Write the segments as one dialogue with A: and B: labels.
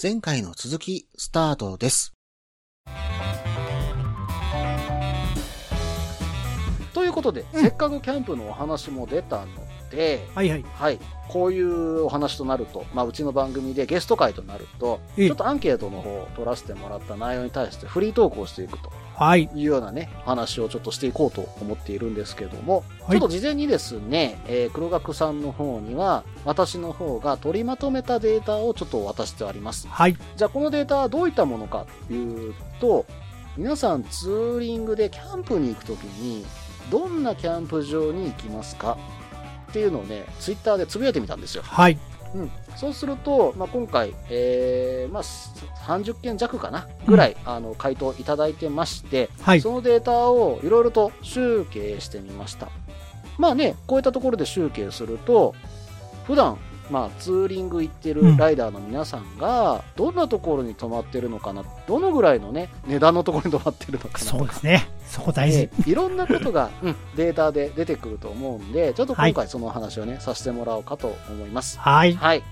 A: 前回の続き、スタートです。
B: ということで、
C: うん
B: せっかくキャンプのお話も出たので、
C: はいはい。
B: はい、こういうお話となると、まあ、うちの番組でゲスト会となると、
C: ええ
B: ちょっとアンケートの方を取らせてもらった内容に対してフリートークをしていくと
C: はい。
B: いうようなね、話をちょっとしていこうと思っているんですけども、
C: はい
B: ちょっと事前にですね、えー黒学さんの方には、私の方が取りまとめたデータをちょっとお渡ししてあります。
C: はい。
B: じゃあこのデータはどういったものかというと皆さんツーリングでキャンプに行く時にどんなキャンプ場に行きますかっていうのをねツイッターでつぶやいてみたんですよ、
C: はい。
B: うん、そうすると、まあ、今回、えーまあ、す30件弱かなぐらい、あの回答いただいてまして、
C: はい。
B: そのデータをいろいろと集計してみました。まあね、こういったところで集計すると、普段、まあツーリング行って
C: うん
B: るライダーの皆さんが、どんなところに泊まってるのかな、どのぐらいのね、値段のところに泊まってるのかなとか。
C: そうですね。そこ大事。
B: えーいろんなことが、うんデータで出てくると思うんで、ちょっと今
C: は
B: 回そのお話をね、させてもらおうかと思います。
C: はい。
B: はい。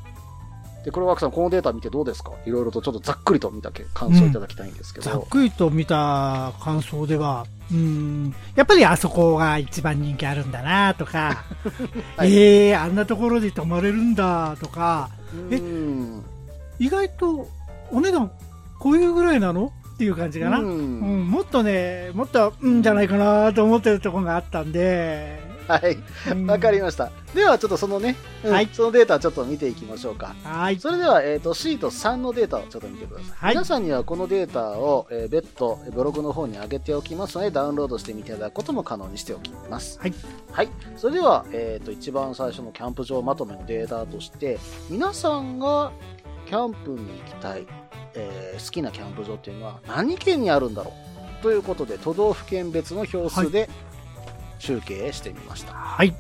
B: で、黒枠さん、このデータ見てどうですかいろいろとちょっとざっくりと見たけ感想いただきたいんですけ
C: ざっ
B: ど。
C: くりと見た感想では、うーん、やっぱりあそこが一番人気あるんだなとか、
B: はい
C: えー、あんなところで泊まれるんだとか、え
B: うん
C: 意外とお値段こういうぐらいなのっていう感じかな。うん
B: うん
C: もっとね、もっと、うんじゃないかなと思ってるところがあったんで、
B: はい。
C: うん
B: わかりました。では、ちょっとそのね、うん
C: はい
B: そのデータちょっと見ていきましょうか。
C: はい。
B: それでは、えっ、と、シート3のデータをちょっと見てください。
C: はい
B: 皆さんにはこのデータを、えー別途、ブログの方に上げておきますので、ダウンロードしてみていただくことも可能にしておきます。
C: はい。
B: はい。それでは、えっ、と、一番最初のキャンプ場まとめのデータとして、皆さんがキャンプに行きたい、えー好きなキャンプ場っていうのは何県にあるんだろうということで、都道府県別の票数で集計してみました。
C: はい。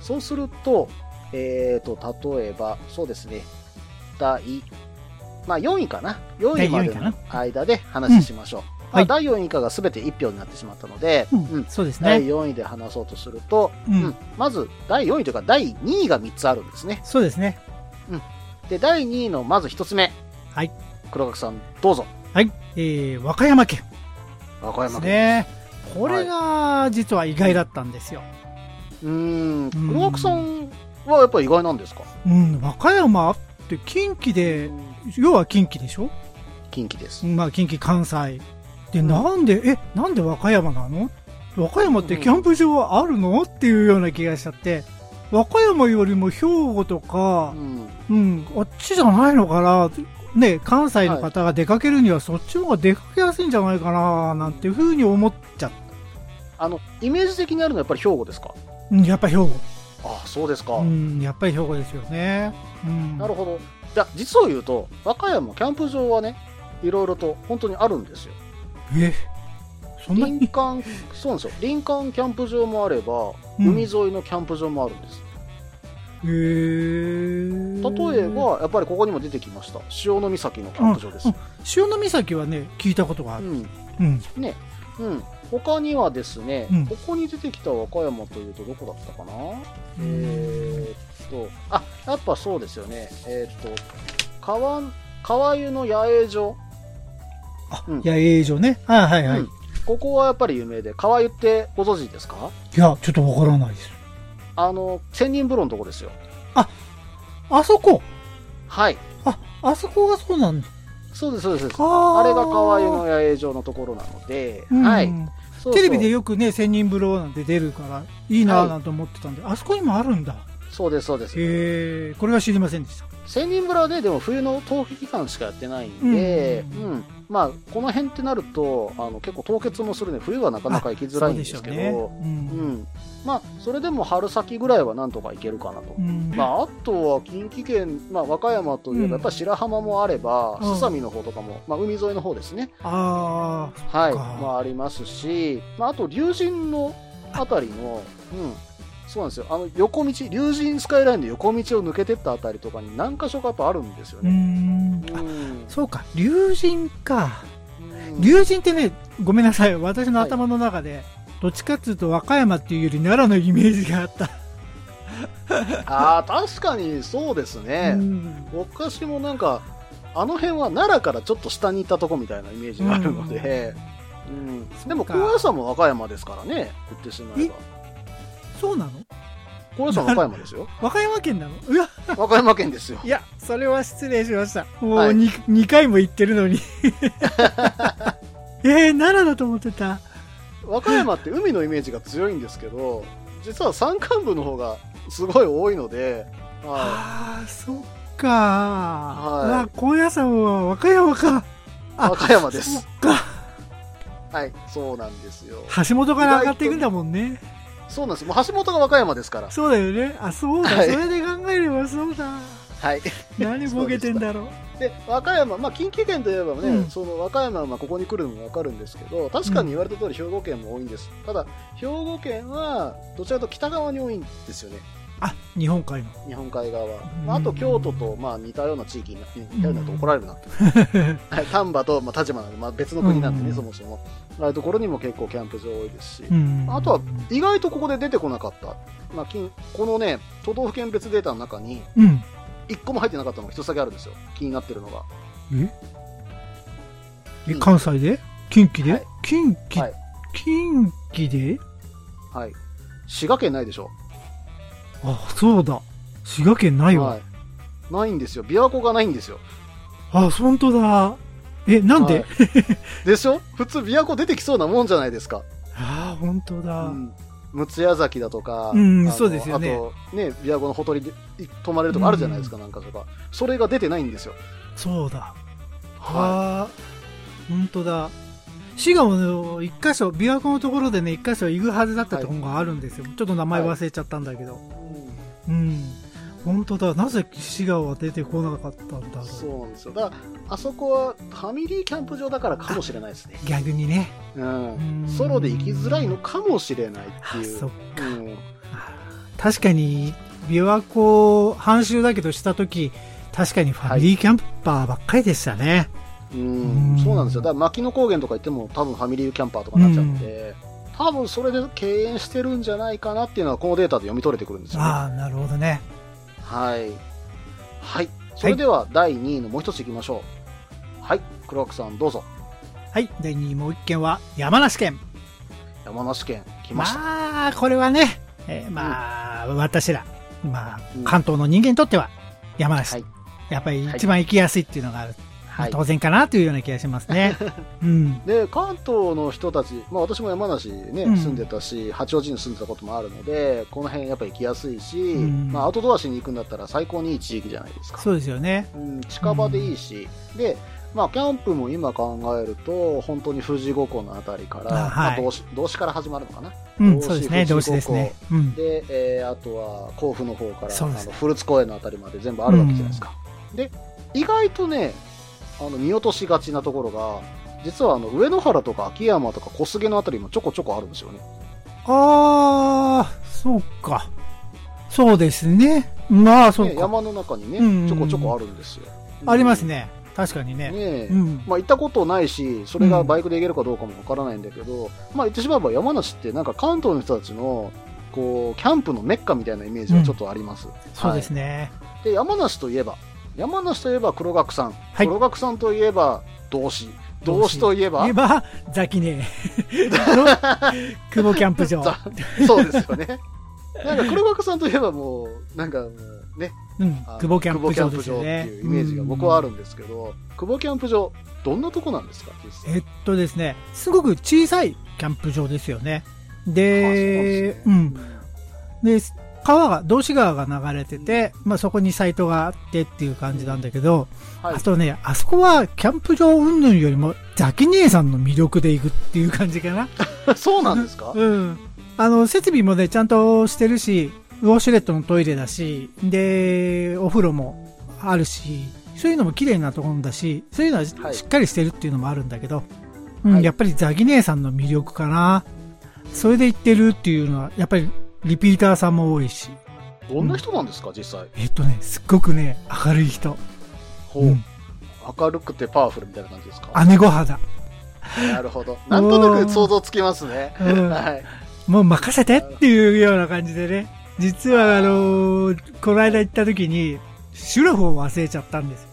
B: そうすると、えー、と、例えば、そうですね、第、まあ4位かな。4位まで
C: 第四位
B: の間で話しましょう。ま
C: は
B: あ、
C: い
B: 第4位以下が全て1票になってしまったので、
C: う
B: うん
C: ん、そうです
B: 第
C: ね。
B: 4位で話そうとすると、
C: う
B: うんん、まず第4位というか第2位が3つあるんですね。
C: そうですね。
B: で、第2位のまず1つ目。
C: はい。
B: 黒角さん、どうぞ。
C: はい。えー、和歌山県。
B: 和歌
C: で
B: 山
C: す
B: 君。
C: ね。これが実は意外だったんですよ。
B: うーん、
C: うん
B: 黒角さんはやっぱり意外なんですか
C: うん、和歌山って近畿で、要は近畿でしょ
B: 近畿です。
C: まあ近畿関西。で、なんで、え、なんで和歌山なの和歌山ってキャンプ場はあるのっていうような気がしちゃって、和歌山よりも兵庫とか
B: う、ん。
C: うん、あっちじゃないのかなね、関西の方が出かけるにはそっちの方が出かけやすいんじゃないかななんていうふうに思っちゃっ
B: あの、イメージ的にあるのはやっぱり兵庫ですか
C: うん、やっぱ兵庫。
B: ああ、そうですか。
C: うん、やっぱり兵庫ですよね。うん。
B: なるほど。じゃあ、実を言うと、和歌山もキャンプ場はね、いろいろと本当にあるんですよ。
C: えそんな
B: 林
C: に
B: 間、そうなんですよ。林間キャンプ場もあれば、
C: うん
B: 海沿いのキャンプ場もあるんです。
C: へえ
B: 例えば、やっぱりここにも出てきました。潮の岬のキャンプ場です。
C: 潮の岬はね聞いたことがあ
B: う
C: る
B: ん。
C: うん
B: ね。うん。他にはですね、
C: うん
B: ここに出てきた和歌山というとどこだったかなえーっと、あ、やっぱそうですよね。えーっと、川、川湯の野営場。
C: あ
B: うん
C: いや映像ねはいはいはい、
B: うん
C: い
B: ここはやっぱり有名で、川湯ってご存知ですか
C: やちょっとわからないです
B: あの、千人風呂のとこですよ。
C: あそこ
B: はい。
C: ああそこがそうなんだ
B: そうです、そうですそうです。
C: あ
B: あれが川湯
C: は
B: の野営場のところなので、
C: うん
B: はい。そうそう
C: テレビでよくね千人風呂なんて出るからいいな
B: は
C: ぁ
B: い
C: なんて思ってたんで、あそこにもあるんだ
B: そうです、そうです。
C: へえこれは知りませんでした
B: 千人風呂はね、でも冬の冬季期間しかやってないんで、
C: う
B: うんん。まあ、この辺ってなると、あの、結構凍結もするね。冬はなかなか行きづらいんですけど、
C: そうでしょうね
B: う、ん。まあ、それでも春先ぐらいはなんとか行けるかなと。
C: うんうん
B: まあ、あとは近畿圏、まあ、和歌山といえば、やっぱり白浜もあれば、
C: うん
B: すさみの方とかも、まあ、海沿いの方ですね、
C: あー
B: はい、
C: そっか
B: まあ、ありますし、まあ、あと龍神のあたりの、うん、そうなんですよ、あの横道、龍神スカイラインの横道を抜けてったあたりとかに何箇所かやっぱあるんですよ
C: う
B: ね。
C: ん
B: う
C: あ
B: ん
C: そうか龍神か
B: うん
C: 龍神ってねごめんなさい私の頭の中で、どっちかっていうと和歌山っていうより奈良のイメージがあった、
B: ああ、確かにそうですね
C: う。ん
B: 僕私もなんかあの辺は奈良からちょっと下に行ったとこみたいなイメージがあるので、うんでも
C: そ
B: 高
C: うか
B: 野山も和歌山ですからね言ってしまえば
C: そうなの
B: 高野山和歌山ですよ
C: 和歌山県なのうわ
B: 和歌山県ですよ
C: いやそれは失礼しましたもう
B: はい
C: 2,、二回も行ってるの にえー、奈良だと思ってた
B: 和歌山って海のイメージが強いんですけど実は山間部の方がすごい多いので、は
C: ああそっかー、
B: はい
C: あ高野山は和歌山か
B: い、和
C: あ
B: 歌山で
C: そっ
B: す
C: か
B: はいそうなんですよ
C: 橋本から上がっていくんだもんね
B: そうなんですもう橋本が和歌山ですから
C: そうだよねあそうだ、
B: はい
C: それで考えればそうだ
B: はい
C: 何ボケてんだろう
B: で和歌山、まあ、近畿圏といえばね、
C: うん
B: その和歌山はまあここに来るのも分かるんですけど確かに言われた通り兵庫県も多いんです、ただ兵庫県はどちらかというと北側に多いんですよね
C: あ日本海の
B: 日本海側は、
C: うん
B: まあ、あと京都とまあ似たような地域にな似たようなと怒られるな、はい、丹波とまあ田島なんで、まあ、別の国なんでね、
C: うん
B: そもそもああいうところにも結構キャンプ場多いですし、
C: うん
B: あとは意外とここで出てこなかった、まあ、近このね都道府県別データの中に
C: うん
B: 1個も入ってなかったのが1つだけあるんですよ気になってるのが
C: ええ
B: うん
C: 関西で近畿で、
B: はい
C: 近畿、
B: はい
C: 近畿で
B: はい滋賀県ないでしょ
C: あそうだ滋賀県ないわ、
B: はい、ないんですよ琵琶湖がないんですよ
C: あ本当だえなん
B: は
C: で、
B: いでしょ普通琵琶湖出てきそうなもんじゃないですか、
C: あ本当
B: う
C: だ、
B: ん、六谷崎だとか、
C: うん
B: あの
C: そうですよね
B: あとね琵琶湖のほとりでい泊まれるとこあるじゃないですか、なんかとかそれが出てないんですよ
C: そうだ
B: は
C: はあ本当だ滋賀もね一箇所琵琶湖のところでね一箇所行くはずだったところがあるんですよ、ちょっと名前忘れちゃったんだけど、
B: い、うん
C: うん本当だなぜ滋賀は出てこなかったんだろう
B: そうなんですよだからあそこはファミリーキャンプ場だからかもしれないですね、
C: 逆にね
B: うん、ソロで行きづらいのかもしれないって
C: あ
B: いう
C: そっか
B: うん
C: 確かに琵琶湖半周だけどした時確かにファミリーキャンパーばっかりでしたね、
B: うん
C: うん
B: そうなんですよ。だから牧野高原とか行っても多分ファミリーキャンパーとかになっちゃって、多分それで敬遠してるんじゃないかなっていうのはこのデータで読み取れてくるんですよね。
C: ああなるほどね
B: はい。はい。それでは第2位のもう一ついきましょう。はい。黒枠さんどうぞ。
C: はい第2位もう1件は山梨県
B: 山梨県来ま
C: ま
B: した。
C: あこれはね、えーまあ、私ら、まあ
B: うん、
C: 関東の人間にとっては山梨、
B: はい
C: やっぱり一番行きやすいっていうのがある、ま
B: は
C: あ
B: い。
C: 当然かなというような気がします ね、うん
B: で、関東の人たち、まあ私も山梨ね、
C: うん
B: 住んでたし、八王子に住んでたこともあるので、この辺やっぱ行きやすいし、
C: ん
B: まあアウトドアしに行くんだったら最高にいい地域じゃないですか。
C: そうですよね
B: うん、近場でいいし、で、まあ、キャンプも今考えると、本当に富士五湖のあたりから、
C: あは
B: ま
C: い
B: あ、動詞動詞から始まるのかな。
C: うん
B: 同志
C: そうですね
B: 富
C: 同
B: 士
C: 志
B: 五湖
C: ですねうん
B: で、えーあとは甲府の方から、
C: そうで
B: あ
C: す
B: の古津公園のあたりまで全部あるわけじゃないですか。で、意外とね、あの見落としがちなところが、実はあの上野原とか秋山とか小菅のあたりもちょこちょこあるんですよね。
C: ああそうかそうですねまあそう
B: ね
C: か、
B: 山の中に
C: うんうん
B: ね、
C: うん
B: ちょこちょこあるんですよ。
C: ありますね確かに
B: うん。
C: ね
B: ねえ
C: うん
B: まあ、行ったことないし、それがバイクで行けるかどうかもわからないんだけど、まあ、言ってしまえば山梨って、なんか関東の人たちの、こう、キャンプのメッカみたいなイメージはちょっとあります。
C: そうですね、
B: はいで、山梨といえば、山梨といえば黒岳さん、
C: はい
B: 黒岳さんといえば同志、同志といえば
C: 言え、ばザ キネ久保キャンプ場
B: ざそうですよね。 なんか黒岳さんといえばもう、なんかもうね、
C: うん
B: あの
C: 久保キャンプ
B: 久
C: 場で
B: 保
C: す
B: キャンプ場
C: よ
B: っ
C: ね
B: ていうイメージが僕はあるんですけど、久保キャンプ場、どんなとこなんですか、実際
C: えっとですね、すごく小さいキャンプ場ですよね。で、。
B: あそううん
C: で、川が、道志川が流れてて、まあそこにサイトがあってっていう感じなんだけど、
B: はい
C: あとね、あそこはキャンプ場云々よりも、ザキ姉さんの魅力で行くっていう感じかな。
B: そうなんですか
C: うん。あの、設備もね、ちゃんとしてるし、ウォシュレットのトイレだし、で、お風呂もあるし、そういうのも綺麗なところだし、そういうのはし,、
B: はい
C: っかりしてるっていうのもあるんだけど、うん
B: はい
C: やっぱりザギ姉さんの魅力かな。それで行ってるっていうのは、やっぱりリピーターさんも多いし、
B: どんな人なんですか、実際。
C: えっとね、すっごくね、明るい人。
B: ほう、
C: うん
B: 明るくてパワフルみたいな感じですか
C: 姉御肌。
B: なるほどなんとなく想像つきますね、
C: うん
B: はい、
C: もう任せてっていうような感じでね。実はあのーこの間行った時に、シュラフを忘れちゃったんですよ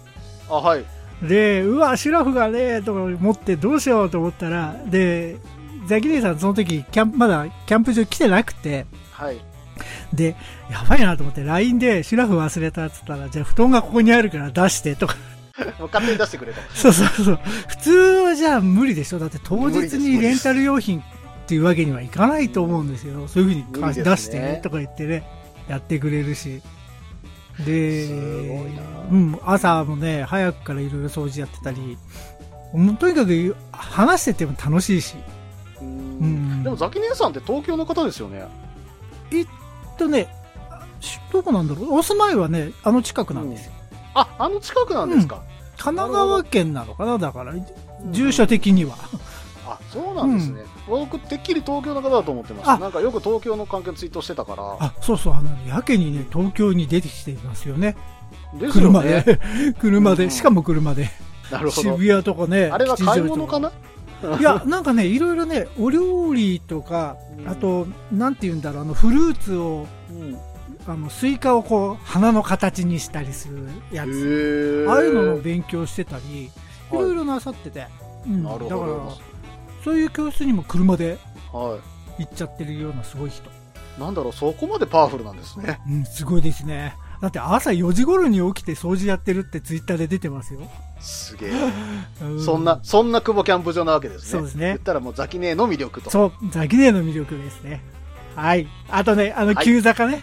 B: あはい
C: で、うわ、シュラフがね、とか持ってどうしようと思ったら、で、ザキ姉さんその時、キャンプ、まだキャンプ場来てなくて、
B: はい。
C: で、やばいなと思って LINE でシュラフ忘れたって言ったら、じゃあ布団がここにあるから出してとか、
B: もう勝手に出してくれと。
C: そうそうそう。普通はじゃあ無理でしょ。だって当日にレンタル用品っていうわけにはいかないと思うんですよ。そういうふうに
B: 無
C: か
B: 理ですね
C: 出してねとか言ってね、やってくれるし。で、
B: すごいな
C: うん、朝もね、早くからいろいろ掃除やってたり、もうとにかく話してても楽しいし。
B: う。
C: うんん。
B: でも、ザキ姉さんって東京の方ですよね。
C: とね、しどこなんだろう。お住まいはね、あの近くなんですよ。
B: あ、あの近くなんですか。
C: 神奈川県なのかなだから、住所的には。
B: あ、そうなんですね。僕、てっきり東京の方だと思ってまし
C: あ
B: た。なんかよく東京の関係ツイートしてたから。
C: あ、そうそう、あの、やけにね、東京に出てきていますよね。
B: ですよ
C: 車
B: ね。
C: で。車
B: う
C: で。
B: ん
C: しかも車で。
B: なるほど。
C: 渋谷とかね。
B: あれは
C: 吉祥
B: 買い
C: 寺と
B: 物かない
C: や、なんかね、いろいろね、お料理とか、あと、なんて言うんだろう、あの、フルーツを、
B: うん。へ
C: あの、スイカをこう、花の形にしたりするやつ。
B: ー
C: ああいうのの勉強してたり、いろいろなさってて。うん
B: なるほ
C: だから
B: ど、。
C: そういう教室にも車で
B: は
C: 行っちゃってるようなすごい人。
B: い。なんだろう、そこまでパワフルなんですね。
C: うん、すごいですね。だって朝4時頃に起きて掃除やってるってツイッターで出てますよ。
B: すげえ。
C: う
B: そんな、そんな久保キャンプ場なわけですね。
C: そうですね
B: 言ったらもうザキ姉の魅力と。
C: そう、ザギネーの魅力ですね。はい。あとね、あの
B: はい
C: 急坂ね、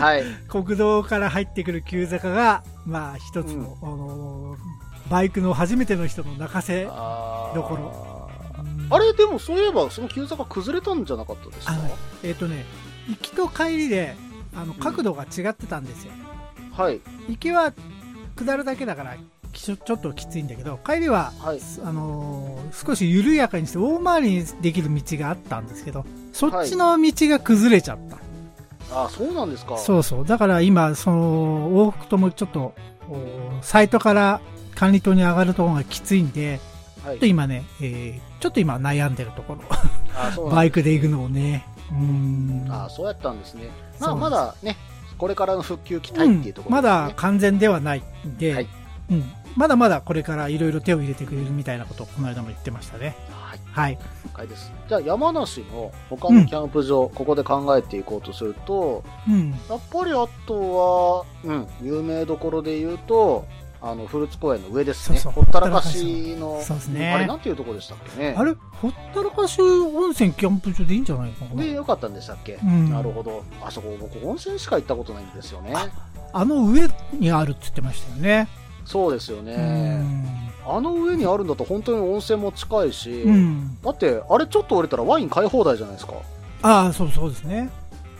B: はい。
C: 国道から入ってくる急坂が、まあ一つの、あのーバイクの初めての人の泣かせ。
B: あー
C: どこうん
B: あれ、でもそういえば、その急坂崩れたんじゃなかったですか
C: あのえっ、とね、行きと帰りで、あの、角度が違ってたんですよ。
B: はい。
C: 行きは下るだけだから、きちょちょっときついんだけど、帰りは、
B: はい。
C: あのー少し緩やかにして大回りにできる道があったんですけど、そっちの道が崩れちゃった。
B: あーそうなんですか。
C: そうそう。だから今、その、往復ともちょっと、おサイトから管理棟に上がるところがきついんで、
B: は
C: ちょ
B: い
C: っと。今ね、えーちょっと今悩んでるとこ ろ。
B: あーそうなん
C: バ
B: で
C: イクで行くのをね。うーん。
B: すあーそうやったんですね。まあ、
C: そう
B: ま
C: なんです
B: だね、これからの復旧期待っていうところ
C: ま
B: ですね。
C: だ完全ではないんで、
B: はい
C: うん。まだまだこれからいろいろ手を入れてくれるみたいなことをこの間も言ってましたね。
B: はい。
C: はい。
B: 了解です。じゃあ、山梨の他のキャンプ場、ここで考えていこうとすると、
C: うん。
B: やっぱりあとは、うん、有名どころで言うと、あの、フルーツ公園の上ですね。
C: そうそう
B: ほったらかしの、
C: そうですね
B: あれ、なんていうとこでしたっけね。
C: あれ、ほったらかし温泉キャンプ場でいいんじゃないかな
B: で、。よかったんでしたっけ、
C: うん
B: なるほど。あそこ、僕、温泉しか行ったことないんですよね。
C: あの上にあるって言ってましたよね。
B: そうですよ
C: う
B: ね。
C: ん。
B: あの上にあるんだと、本当に温泉も近いし、
C: うん。
B: だって、あれちょっと折れたらワイン買い放題じゃないですか。
C: ああ、そうそうですね。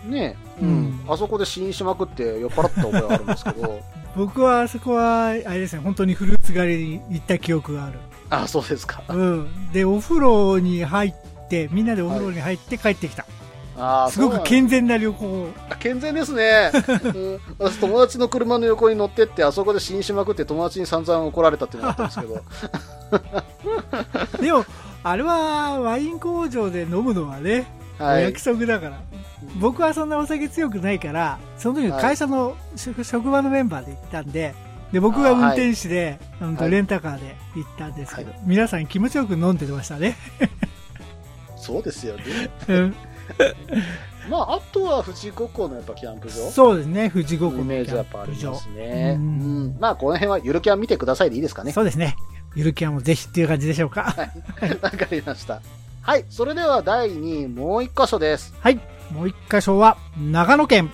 B: ねえ、うん
C: うん
B: あそこで死因しまくって酔っ払った覚えがあるんですけど、
C: 僕はあそこは、あれですね、本当にフルーツ狩りに行った記憶が ある。
B: あ、そうですか。
C: うん。で、お風呂に入って、みんなでお風呂に入って帰ってきた。
B: あー
C: すご
B: そうなん
C: く
B: だ
C: 健全な旅行を。
B: 健全ですね、うん、私友達の車の横に乗ってってあそこで死にしまくって友達に散々怒られたっていうのがあったんですけど
C: でも、あれはワイン工場で飲むのはね、
B: は
C: お
B: い
C: 約束だから。僕はそんなお酒強くないから、その時会社の、職職場のメンバーで行ったんで、で、僕が運転手で、うんと
B: はい
C: レンタカーで行ったんですけど、皆さん気持ちよく飲んでましたね。
B: そうですよね
C: うん
B: まああとは富士五湖のやっぱキャンプ場
C: そうですね、富士五湖
B: イ
C: のキ
B: メージや
C: ャン
B: っぱあり
C: プ
B: ま
C: 場
B: す。ね
C: う
B: うんんまあこの辺はゆるキャン見てくださいでいいですかね
C: そうですね。ゆるキャンもぜひっていう感じでしょうか。
B: わかりましたはいそれでは第2位もう1箇所です
C: はい。もう一箇所は、長野県。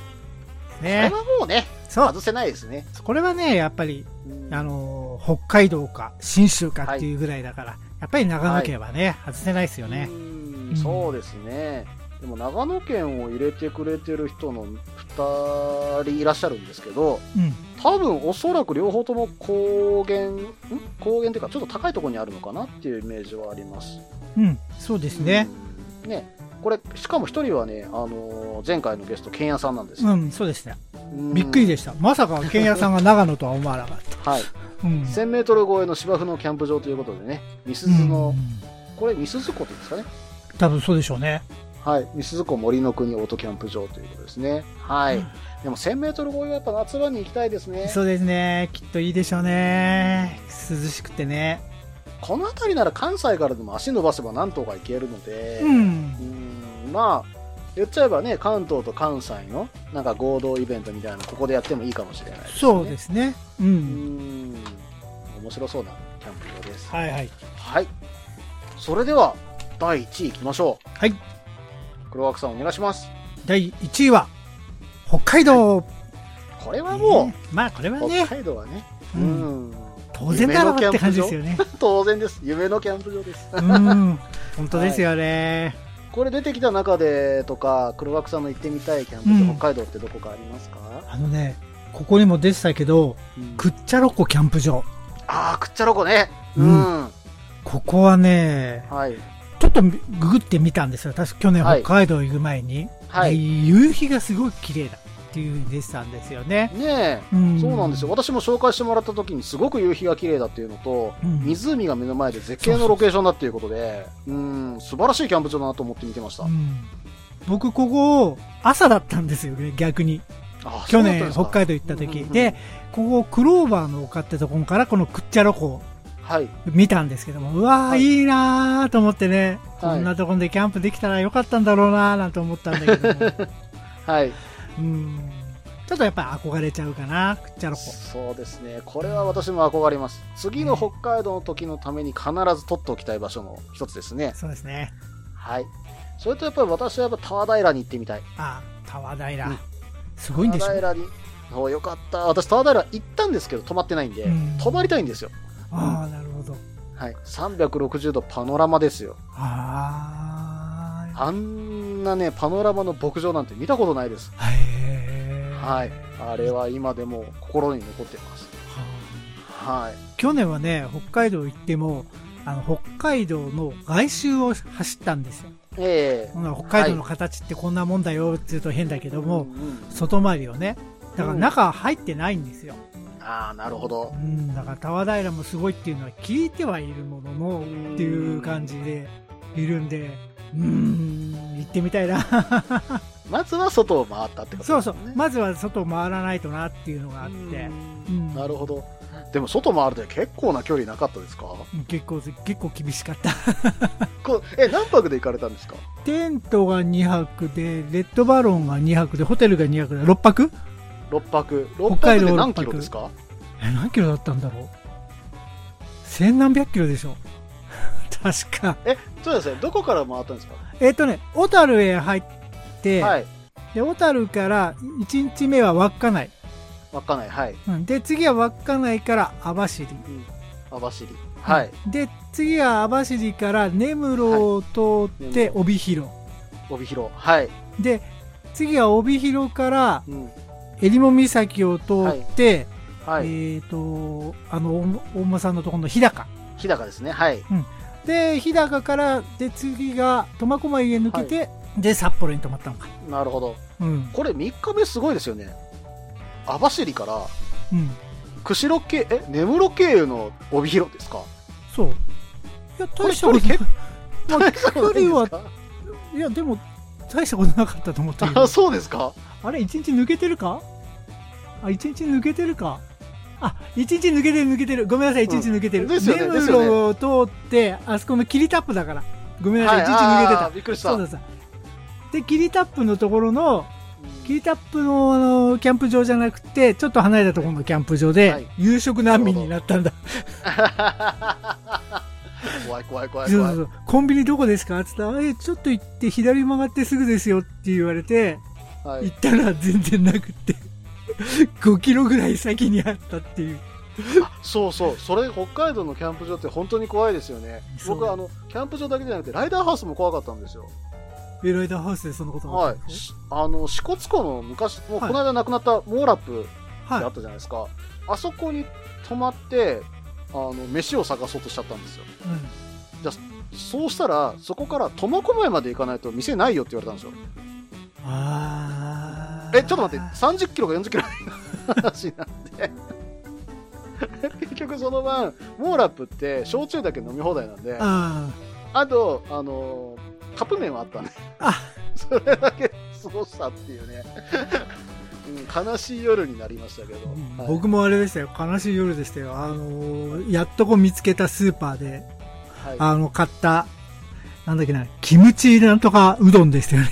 B: これは
C: ね。
B: もうね
C: そう。
B: 外せないですね
C: これはね、やっぱり、
B: うん
C: あのー北海道か、信州かっていうぐらいだから、やっぱり長野県はね、外せないですよね
B: う。んそうですねでも長野県を入れてくれてる人の2人いらっしゃるんですけど
C: うん。
B: 多分おそらく両方とも高原ん高原っていうかちょっと高いところにあるのかなっていうイメージはあります
C: うん。そうですね。
B: うんねこれしかも一人はね、あのー前回のゲストけんやさんなんです
C: う
B: よ、
C: ん、そうですね。
B: うん
C: びっくりでした。まさか、ケンヤさんが長野とは思わなかっ
B: はい、
C: た。うん。
B: 1000m 超えの芝生のキャンプ場ということでねみす
C: う
B: ゞの、
C: ん
B: これみすゞ湖って言うんですかね
C: 多分そうでしょうね。
B: はい、みすず湖森の国オートキャンプ場ということですね。はい。でも1000メートル超えはやっぱ夏場に行きたいですね。
C: そうですね。きっといいでしょうね。涼しくてね。
B: この辺りなら関西からでも足伸ばせばなんとか行けるので、
C: う。
B: うんーんまあ、言っちゃえばね、関東と関西のなんか合同イベントみたいなのここでやってもいいかもしれないですね。
C: そうですね。う
B: うー
C: ん。
B: ん。面白そうなキャンプ場です。
C: はいはい。
B: はい。それでは、第1位行きましょう。
C: はい。
B: 黒枠さんお願いします。
C: 第1位は、北海道。
B: これはも
C: ねまあこれは
B: う、
C: ね、
B: 北海道はね、
C: う、
B: うんん。
C: 当然だろうって感じですよね。
B: 当然です。夢のキャンプ場です。
C: うん。本当ですよね。
B: これ出てきた中でとか、黒枠さんの行ってみたいキャンプ
C: う
B: 場、
C: ん
B: 北海道ってどこかありますか、
C: あのね、ここにも出てたけど、
B: うん
C: くっちゃろこキャンプ場。
B: ああ、くっちゃろこね。
C: う
B: うんん。
C: ここはね、
B: はい。
C: ちょっとググってみたんですよ。私去年
B: はい
C: 北海道行く前に。
B: はい。ね
C: で夕日がすごい綺麗だっていうふうに出てたんですよね。
B: え、
C: うん
B: そうなんですよ。私も紹介してもらった時にすごく夕日が綺麗だっていうのと、
C: うん
B: 湖が目の前で絶景のロケーションだっていうことで、うん、素晴らしいキャンプ場だなと思って見てました。
C: うん僕ここ朝だったんですよね逆に
B: あ
C: 去年北海
B: 道。
C: 道行った時、
B: うんうんうん
C: でここクローバーの丘ってところからこのクッチャロ湖を
B: はい。
C: 見たんですけどもうわー、
B: はい
C: い、いなーと思ってね、
B: はい
C: こんなところでキャンプできたらよかったんだろうなーなんて思ったんだけども
B: はい。
C: うんちょっとやっぱ憧れちゃうかなクッ チャロ湖
B: そうですね。これは私も憧れます。次の北海道の時のために必ず取っておきたい場所の一つですね。
C: そうですね
B: はい。それとやっぱり私はやっぱタワ平に行ってみたい。
C: あタワー平、
B: うん
C: すごいんでし
B: タワ
C: ょ
B: 平に。そうよかった。私、タワ平行ったんですけど、泊まってないんで、
C: うん
B: 泊まりたいんですよ。
C: ああなるほど
B: はい。360度パノラマですよ。
C: ああ
B: あんなね、パノラマの牧場なんて見たことないです。
C: へー
B: はい。あれは今でも心に残ってます。はい。
C: 去年はね北海道行ってもあの北海道の外周を走ったんですよ
B: ええ
C: ほな北海道の形ってこんなもんだよって言うと変だけども、
B: うんうん
C: 外回りをねだから
B: うん
C: 中入ってないんですよ、
B: ああ、なるほど
C: う。ん、だから俵平もすごいっていうのは聞いてはいるもののっていう感じでいるんでうん行ってみたいな
B: まずは外を回ったってことです
C: そ
B: ね
C: うそうまずは外回らないとなっていうのがあってうん
B: なるほど。でも外回るで結構な距離なかったですか
C: 結構結構厳しかった
B: こえ、何泊で行かれたんですか
C: テントが2泊で、レッドバロンが2泊で、ホテルが2泊で、6泊
B: ?6 泊。
C: 北
B: 6
C: 海
B: 泊
C: 道
B: で何
C: 六泊
B: キロですか
C: え、何キロだったんだろう千何百キロでしょ 確か。
B: え、そうですね。どこから回ったんですか
C: えっ、とね、小樽へ入って、
B: はい。
C: で、小樽から1日目は稚内。
B: 稚内、はい。
C: うん、で、次は稚内から網走。
B: 網走。はい。
C: で、次は網走から根室を通っ
B: は
C: て
B: い
C: 帯広。
B: 帯広。はい。
C: で、次は帯広から
B: うん。
C: 襟裳岬を通って、
B: はい。
C: えっ、と、あの、お大間さんのところの日高。
B: 日高ですね。はい。
C: で、日高から、で、次が苫小牧へ抜けて、で、札幌に泊まったのか。
B: なるほど。
C: うん。
B: これ3日目すごいですよね。網走から、
C: うん。
B: 釧路経、え、根室経由の帯広ですか
C: そう。いや、大した
B: こ
C: こ
B: れ
C: とない
B: 結。
C: まあ、距離は、
B: は。
C: いや、でも、大したことなかったと思ったけど
B: あ、。そうですか
C: あれ、一日抜けてるかあ、一日抜けてるかあ、一日抜けてる抜けてる。ごめんなさい、一日抜けてる。
B: うんですよね
C: 根
B: です
C: 室
B: よね
C: を通って、あそこのキリタップだから。ごめんなさい、一日抜けて
B: あ
C: た
B: ー。びっくりした。
C: そうだそうだで、キリタップのところの、キリタップのあのキャンプ場じゃなくて、ちょっと離れたところのキャンプ場で、
B: はい
C: 夕食難民になったんだ。
B: 怖い怖い怖い
C: そう
B: 怖
C: そ。
B: いう
C: そうコンビニどこですかって言ったら、え、ちょっと行って左曲がってすぐですよって言われて、
B: はい
C: 行ったら全然なくって、5キロぐらい先にあったっていう。
B: そうそう、それ北海道のキャンプ場って本当に怖いですよね。
C: そう
B: 僕あのキャンプ場だけじゃなくてライダーハウスも怖かったんですよ。
C: エライダーハウスでそのことがあ
B: は
C: ったん
B: い
C: です。
B: あの支笏湖の昔もう
C: は
B: こ
C: い
B: の間亡くなったモーラップって
C: か
B: あ
C: は
B: ったじゃないですか。あそこに泊まってあの飯を探そうとしちゃったんですよ。
C: い。うん
B: そうしたらそこから苫小牧まで行かないと店ないよって言われたんですよ。
C: あー
B: えちょっと待って30キロか40キロの話なんで 結局その晩モーラップって焼酎だけ飲み放題なんであ
C: あ
B: とあのーカップ麺はあったんで
C: ーあ、
B: それだけすごさっていうね、 うん、悲しい夜になりましたけど、はい
C: 僕もあれでしたよ。悲しい夜でしたよ。あのーやっとこ見つけたスーパーで、
B: はい、
C: あの、買った、なんだっけな、キムチなんとかうどんでした よね。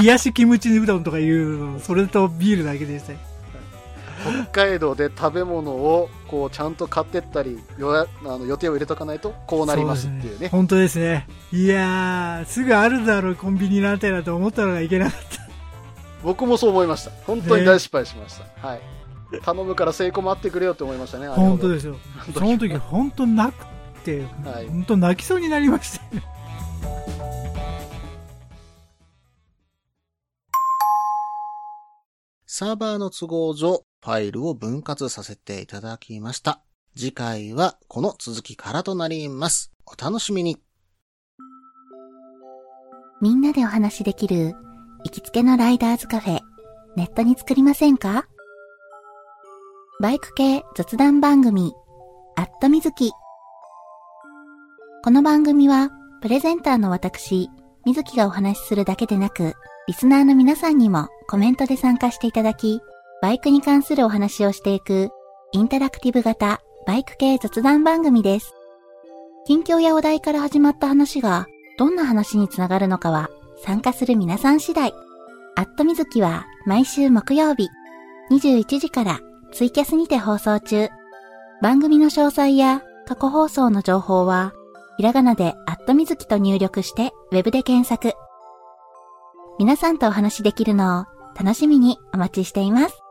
C: 冷やしキムチうどんとかいうの、それとビールだけでしたよ。
B: 北海道で食べ物をこうちゃんと買ってったり予約あの予定を入れとかないとこうなりますっていう
C: そ
B: ね
C: 本当ですね。いやー、すぐあるだろう、コンビニなんてなと思ったのがいけなかっ
B: 僕もそう思いました本当に大失敗しました、はい頼むから成功待ってくれよって思いましたね
C: た。本当ですすよ。その時、本当なくて、
B: はい
C: 本当泣きそうになりました。
A: サーバーの都合上、ファイルを分割させていただきました。次回はこの続きからとなります。お楽しみに。
D: みんなでお話しできる行きつけのライダーズカフェネットに作りませんかバイク系雑談番組アットみずきこの番組はプレゼンターの私みずきがお話しするだけでなくリスナーの皆さんにもコメントで参加していただきバイクに関するお話をしていくインタラクティブ型バイク系雑談番組です近況やお題から始まった話がどんな話につながるのかは参加する皆さん次第。アットみずきは毎週木曜日21時からツイキャスにて放送中。番組の詳細や過去放送の情報はひらがなでアットみずきと入力してウェブで検索。皆さんとお話しできるのを楽しみにお待ちしています。